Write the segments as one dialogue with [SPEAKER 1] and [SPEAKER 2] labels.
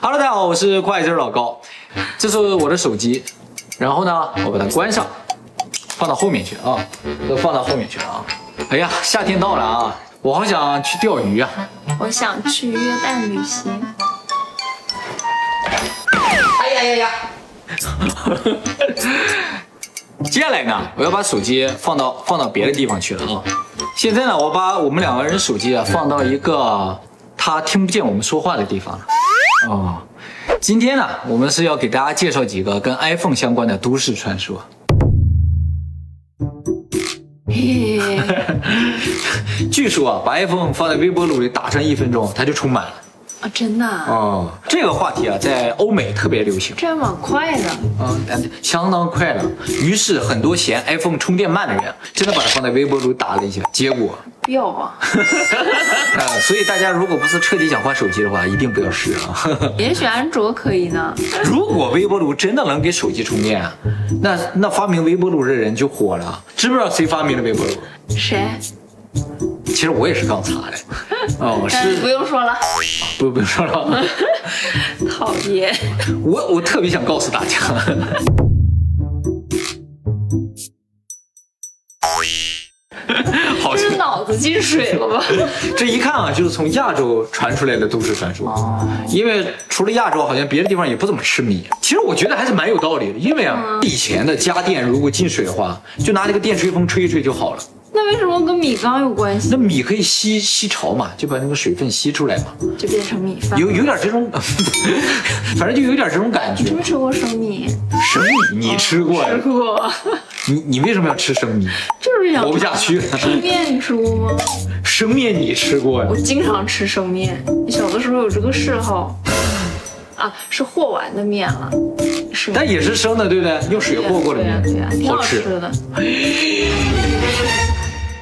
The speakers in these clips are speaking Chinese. [SPEAKER 1] Hello，大家好，我是会计师老高，这是我的手机，然后呢，我把它关上，放到后面去啊，都放到后面去了啊。哎呀，夏天到了啊，我好想去钓鱼啊。
[SPEAKER 2] 我想去约旦旅行。
[SPEAKER 1] 哎呀呀呀！接下来呢，我要把手机放到放到别的地方去了啊。现在呢，我把我们两个人手机啊放到一个他听不见我们说话的地方了。哦，今天呢，我们是要给大家介绍几个跟 iPhone 相关的都市传说。
[SPEAKER 2] 嘿
[SPEAKER 1] 据说啊，把 iPhone 放在微波炉里打上一分钟，它就充满了。
[SPEAKER 2] 啊，真的啊，
[SPEAKER 1] 哦，这个话题啊，在欧美特别流行。
[SPEAKER 2] 这还蛮快的。
[SPEAKER 1] 嗯，相当快了。于是很多嫌 iPhone 充电慢的人，真的把它放在微波炉打了一下，结果，
[SPEAKER 2] 不要啊，
[SPEAKER 1] 呃，所以大家如果不是彻底想换手机的话，一定不要试啊。
[SPEAKER 2] 也许安卓可以呢。
[SPEAKER 1] 如果微波炉真的能给手机充电啊，那那发明微波炉的人就火了。知不知道谁发明的微波炉？
[SPEAKER 2] 谁？
[SPEAKER 1] 其实我也是刚查的。哦，
[SPEAKER 2] 但哎不
[SPEAKER 1] 是
[SPEAKER 2] 用说了，
[SPEAKER 1] 不不用说了，
[SPEAKER 2] 讨厌。
[SPEAKER 1] 我我特别想告诉大家。 好
[SPEAKER 2] 这是脑子进水 了吧？
[SPEAKER 1] 这一看啊，就是从亚洲传出来的都市传说。因为除了亚洲，好像别的地方也不怎么吃米。其实我觉得还是蛮有道理的，因为啊，以前的家电如果进水的话，就拿那个电吹风吹一吹就好了。
[SPEAKER 2] 那为什么跟米缸有关系？
[SPEAKER 1] 那米可以吸吸潮嘛，就把那个水分吸出来嘛，
[SPEAKER 2] 就变成米饭？
[SPEAKER 1] 有有点这种， 反正就有点这种感觉
[SPEAKER 2] 你。没吃过生米？
[SPEAKER 1] 生米你吃过呀
[SPEAKER 2] 吃？过，
[SPEAKER 1] 你你为什么要吃生米？
[SPEAKER 2] 就是想
[SPEAKER 1] 活不下去了。
[SPEAKER 2] 生面你吃过吗？
[SPEAKER 1] 生面你吃过呀
[SPEAKER 2] 我？经常吃生面，小的时候有这个嗜好。啊，是和完的面了，是吗
[SPEAKER 1] 但也是生的，对不对？用水和过的
[SPEAKER 2] 对呀
[SPEAKER 1] 面
[SPEAKER 2] 对呀，啊挺
[SPEAKER 1] 好
[SPEAKER 2] 好
[SPEAKER 1] 吃
[SPEAKER 2] 吃。的。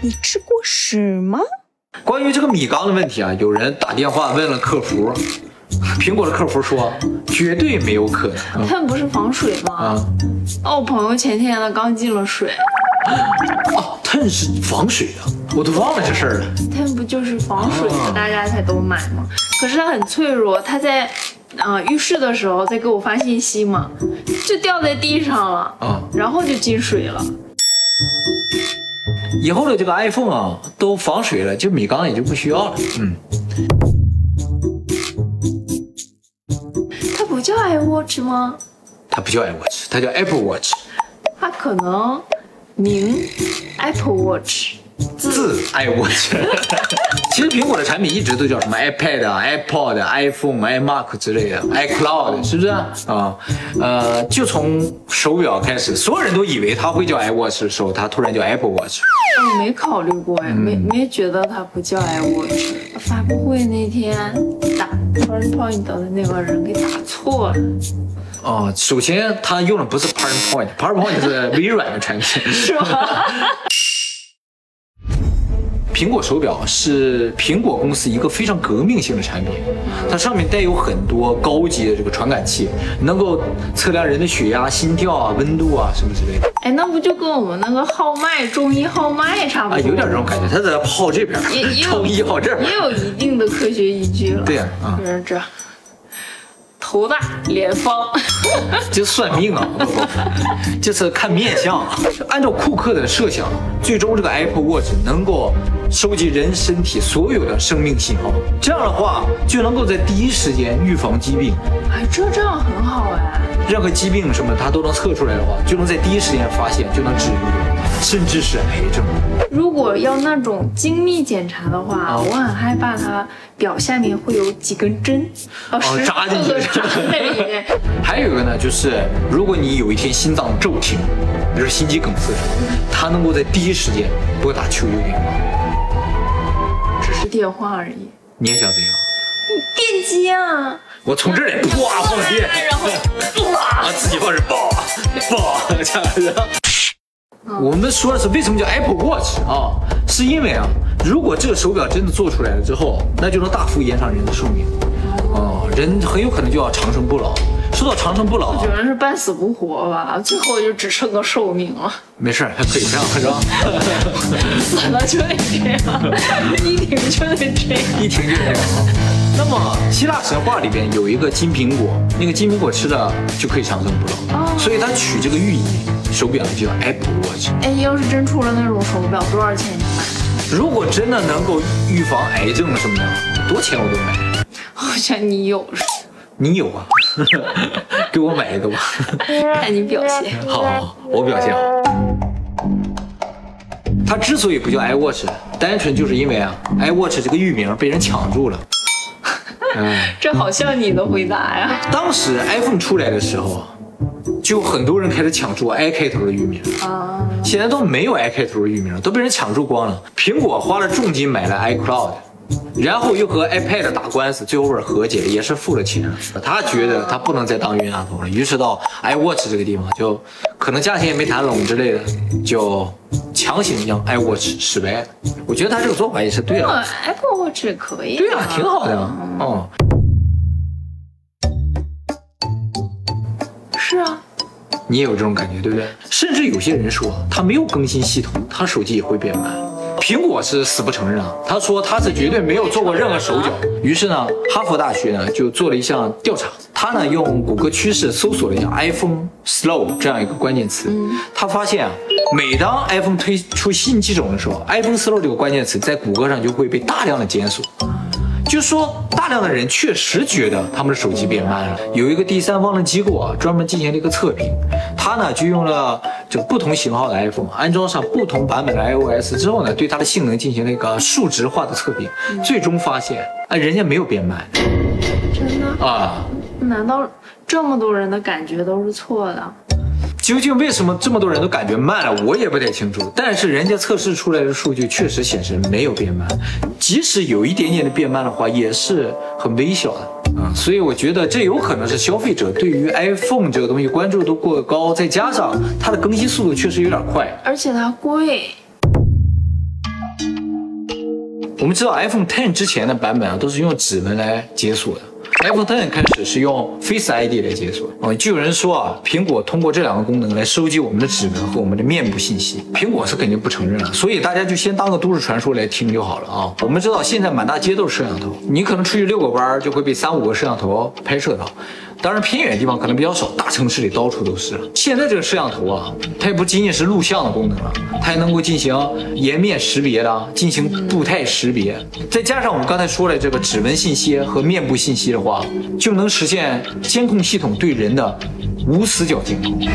[SPEAKER 3] 你吃过屎吗？
[SPEAKER 1] 关于这个米缸的问题啊，有人打电话问了客服，苹果的客服说绝对没有可能
[SPEAKER 2] 它嗯不是防水吗？
[SPEAKER 1] 啊，
[SPEAKER 2] 哦，我朋友前天呢刚进了水，
[SPEAKER 1] 哦，碳是防水啊，我都忘了这事儿了。
[SPEAKER 2] 它不就是防水
[SPEAKER 1] 啊
[SPEAKER 2] 的，大家才都买吗？可是它很脆弱，它在啊、呃浴室的时候在给我发信息嘛，就掉在地上了，
[SPEAKER 1] 啊
[SPEAKER 2] 然后就进水了。
[SPEAKER 1] 以后的这个 iPhone 啊，都防水了，就米缸也就不需要了。嗯，
[SPEAKER 2] 它不叫 iWatch 吗？
[SPEAKER 1] 它不叫 iWatch，它叫 Apple Watch，
[SPEAKER 2] 它可能名 Apple Watch，
[SPEAKER 1] 自 iWatch。其实苹果的产品一直都叫什么 iPad 啊、iPod 啊、iPhone 啊、iMac 之类的，iCloud 是不是啊？啊呃，就从手表开始，所有人都以为它会叫 iWatch 的时候，它突然叫 Apple Watch。
[SPEAKER 2] 我没考虑过哎，没
[SPEAKER 1] 嗯
[SPEAKER 2] 没觉得它不叫 iWatch。发布会那天打 PowerPoint 的那个人给打错了。
[SPEAKER 1] 哦，首先他用的不是 PowerPoint，PowerPoint 是微软的产品， 是
[SPEAKER 2] 吗？
[SPEAKER 1] 苹果手表是苹果公司一个非常革命性的产品，它上面带有很多高级的这个传感器，能够测量人的血压、心跳啊、温度啊什么之类的
[SPEAKER 2] 哎，那不就跟我们那个号脉中医号脉差不
[SPEAKER 1] 啊，
[SPEAKER 2] 多？
[SPEAKER 1] 有点这种感觉。它在泡这边
[SPEAKER 2] 也，也有
[SPEAKER 1] 超一号这儿，
[SPEAKER 2] 也有一定的科学依据了。
[SPEAKER 1] 对呀啊
[SPEAKER 2] 就是这，头大脸方，
[SPEAKER 1] 这算命啊， 不不，这是看面相啊。按照库克的设想，最终这个 Apple Watch 能够收集人身体所有的生命信号，这样的话就能够在第一时间预防疾病。
[SPEAKER 2] 哎，这这样很好哎。
[SPEAKER 1] 任何疾病什么它都能测出来的话，就能在第一时间发现，就能治愈，甚至是癌症。
[SPEAKER 2] 如果要那种精密检查的话，
[SPEAKER 1] 哦
[SPEAKER 2] 我很害怕它表下面会有几根针，哦，
[SPEAKER 1] 哦
[SPEAKER 2] 十
[SPEAKER 1] 扎进去
[SPEAKER 2] 个扎在里面。
[SPEAKER 1] 还有一个呢，就是如果你有一天心脏骤停，比如说心肌梗塞什么，它能够在第一时间拨打求救电话。
[SPEAKER 2] 只是电话而已。
[SPEAKER 1] 你也想怎样？
[SPEAKER 2] 电击啊！
[SPEAKER 1] 我从这里啪放电。
[SPEAKER 2] 然后
[SPEAKER 1] 啊，自己放着爆啊爆啊这样子。我们说的是为什么叫 Apple Watch 啊？是因为啊，如果这个手表真的做出来了之后，那就能大幅延长人的寿命，哦、人很有可能就要长生不老。说到长生不老啊
[SPEAKER 2] 有，人是半死不活吧，最后就只剩个寿命了，
[SPEAKER 1] 没事儿，还可以这样，是吧？
[SPEAKER 2] 死了就得这样，一停就得这样。
[SPEAKER 1] 一听就这样啊。 那么希腊神话里边有一个金苹果，那个金苹果吃了就可以长生不老，
[SPEAKER 2] 哦
[SPEAKER 1] 所以它取这个寓意，手表就叫 Apple Watch。
[SPEAKER 2] 哎，要是真出了那种手表，多少钱你买？
[SPEAKER 1] 如果真的能够预防癌症什么的，多钱我都买。
[SPEAKER 2] 好像你有似
[SPEAKER 1] 你有啊？ 给我买一 个吧。
[SPEAKER 2] 的，看你表现。
[SPEAKER 1] 好好，好，我表现好。它之所以不叫 iWatch，单纯就是因为啊，iWatch 这个域名被人抢注了。哎，
[SPEAKER 2] 这好像你的回答呀。
[SPEAKER 1] 当时 iPhone 出来的时候，就很多人开始抢注 i 开头的域名，
[SPEAKER 2] 啊，
[SPEAKER 1] 现在都没有 i 开头的域名，都被人抢注光了。苹果花了重金买了 iCloud。然后又和 iPad 打官司，最后是和解，也是付了钱。他觉得他不能再当冤大头了，于是到 iWatch 这个地方就可能价钱也没谈拢之类的，就强行让 iWatch 失败了。我觉得他这个做法也是对的。
[SPEAKER 2] 那嗯 Apple Watch 也可以。
[SPEAKER 1] 对啊，挺。好的啊。哦，
[SPEAKER 2] 是啊，
[SPEAKER 1] 你也有这种感觉，对不对？甚至有些人说他没有更新系统，他手机也会变慢。苹果是死不承认啊，他说他是绝对没有做过任何手脚。于是呢，哈佛大学呢就做了一项调查，他呢用谷歌趋势搜索了一下 iPhone slow 这样一个关键词，他发现啊，每当 iPhone 推出新机种的时候，iPhone slow 这个关键词在谷歌上就会被大量的检索。就说大量的人确实觉得他们的手机变慢了。有一个第三方的机构啊，专门进行了一个测评，他呢就用了这个不同型号的 iPhone，安装上不同版本的 iOS 之后呢，对它的性能进行了一个数值化的测评，最终发现，哎，人家没有变慢
[SPEAKER 2] 真的？
[SPEAKER 1] 啊。
[SPEAKER 2] 难道这么多人的感觉都是错的？
[SPEAKER 1] 究竟为什么这么多人都感觉慢了，我也不太清楚。但是人家测试出来的数据确实显示没有变慢，即使有一点点的变慢的话，也是很微小的。啊、所以我觉得这有可能是消费者对于 iPhone 这个东西关注度过高，再加上它的更新速度确实有点快。
[SPEAKER 2] 而且它贵。
[SPEAKER 1] 我们知道 iPhone 10之前的版本啊，都是用指纹来解锁的。iPhone 10开始是用 Face ID 来解锁，啊、就有人说啊，苹果通过这两个功能来收集我们的指纹和我们的面部信息，苹果是肯定不承认了，所以大家就先当个都市传说来听就好了啊。我们知道现在满大街都是摄像头，你可能出去遛个弯儿就会被三五个摄像头拍摄到，当然偏远地方可能比较少，大城市里到处都是了。现在这个摄像头啊，它也不仅仅是录像的功能了，它还能够进行颜面识别的，进行步态识别，再加上我们刚才说的这个指纹信息和面部信息的话，就能实现监控系统对人的无死角监控。你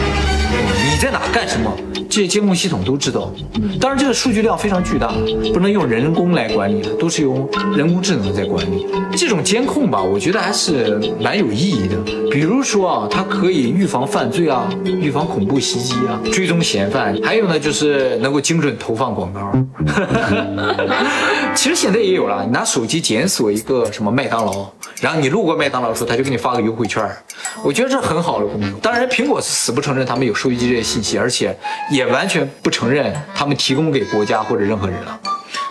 [SPEAKER 1] 在哪干什么，这些监控系统都知道。当然，这个数据量非常巨大，不能用人工来管理的，都是用人工智能在管理。这种监控吧，我觉得还是蛮有意义的。比如说啊，它可以预防犯罪啊，预防恐怖袭击啊，追踪嫌犯，还有呢就是能够精准投放广告。 其实现在也有了，你拿手机检索一个什么麦当劳，然后你路过麦当劳的时候，他就给你发个优惠券儿。我觉得这很好的功能。当然，苹果是死不承认他们有收集这些信息，而且也完全不承认他们提供给国家或者任何人了。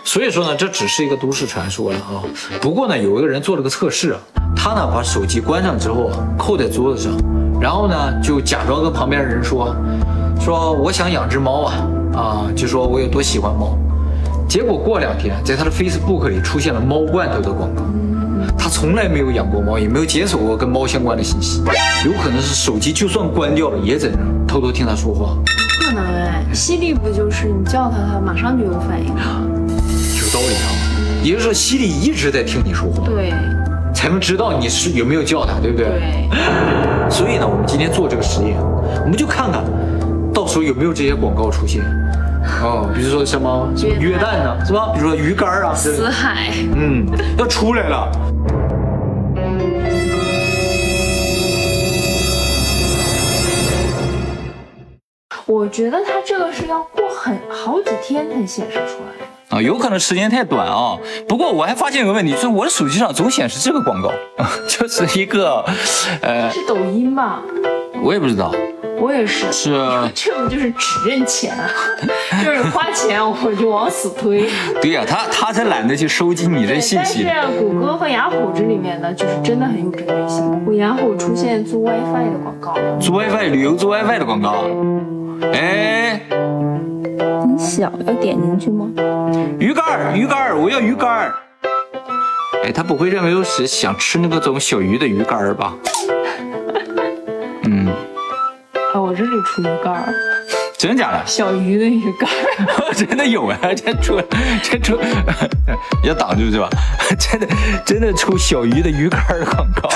[SPEAKER 1] 所以说呢，这只是一个都市传说了啊。不过呢，有一个人做了个测试啊，他呢把手机关上之后啊，扣在桌子上，然后呢就假装跟旁边的人说，说我想养只猫啊啊，就说我有多喜欢猫。结果过两天，在他的 Facebook 里出现了猫罐头的广告。他从来没有养过猫，也没有解锁过跟猫相关的信息，有可能是手机就算关掉了，也在那儿偷偷听他说话。
[SPEAKER 2] 不可能哎，犀利不就是你叫它，它马上就有反应？
[SPEAKER 1] 有道理啊，也就是说，犀利一直在听你说话，
[SPEAKER 2] 对
[SPEAKER 1] 才能知道你是有没有叫他，对不对？
[SPEAKER 2] 对，
[SPEAKER 1] 所以呢，我们今天做这个实验，我们就看看，到时候有没有这些广告出现。哦，比如说什么什么约
[SPEAKER 2] 约
[SPEAKER 1] 旦
[SPEAKER 2] 旦
[SPEAKER 1] 呢，是吧？比如说鱼竿啊，之类的
[SPEAKER 2] 死海
[SPEAKER 1] 嗯，要出来了。
[SPEAKER 4] 我觉得它这个是要过很好几天才显示出来。
[SPEAKER 1] 啊，有可能时间太短啊。不过我还发现一个问题，就是我的手机上总显示这个广告， 就是一个，呃，
[SPEAKER 4] 是抖音吧？
[SPEAKER 1] 我也不知道
[SPEAKER 4] 我也是。
[SPEAKER 1] 是啊
[SPEAKER 4] 这不就是只认钱啊？ 就是花钱我就往死推。
[SPEAKER 1] 对呀、他他才懒得去收集你这信
[SPEAKER 4] 但是
[SPEAKER 1] 息。
[SPEAKER 4] 谷歌和雅虎这里面呢，就是真的很有针对性。我雅虎出现租 WiFi 的广告，
[SPEAKER 1] 做 WiFi 旅游做 WiFi 的广告，哎，
[SPEAKER 3] 很小，要点进去吗？
[SPEAKER 1] 鱼竿儿鱼竿儿，我要鱼竿儿。哎，他不会认为我是想吃那个种小鱼的鱼竿儿吧？嗯，
[SPEAKER 2] 啊，我这里出鱼竿儿，
[SPEAKER 1] 真的假的？
[SPEAKER 2] 小鱼的鱼竿儿。
[SPEAKER 1] 真的有啊！这出这出， 要挡住是吧？真的真的出小鱼的鱼竿儿的广告。